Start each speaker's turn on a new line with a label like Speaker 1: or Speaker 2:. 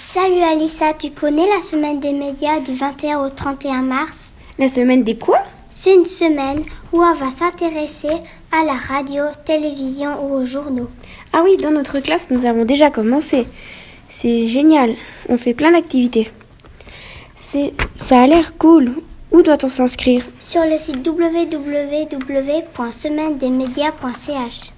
Speaker 1: Salut Alissa, tu connais la semaine des médias du 21 au 31 mars
Speaker 2: La semaine des quoi
Speaker 1: C'est une semaine où on va s'intéresser à la radio, télévision ou aux journaux.
Speaker 2: Ah oui, dans notre classe, nous avons déjà commencé. C'est génial, on fait plein d'activités. C'est, ça a l'air cool. Où doit-on s'inscrire
Speaker 1: Sur le site www.semainedesmédias.ch.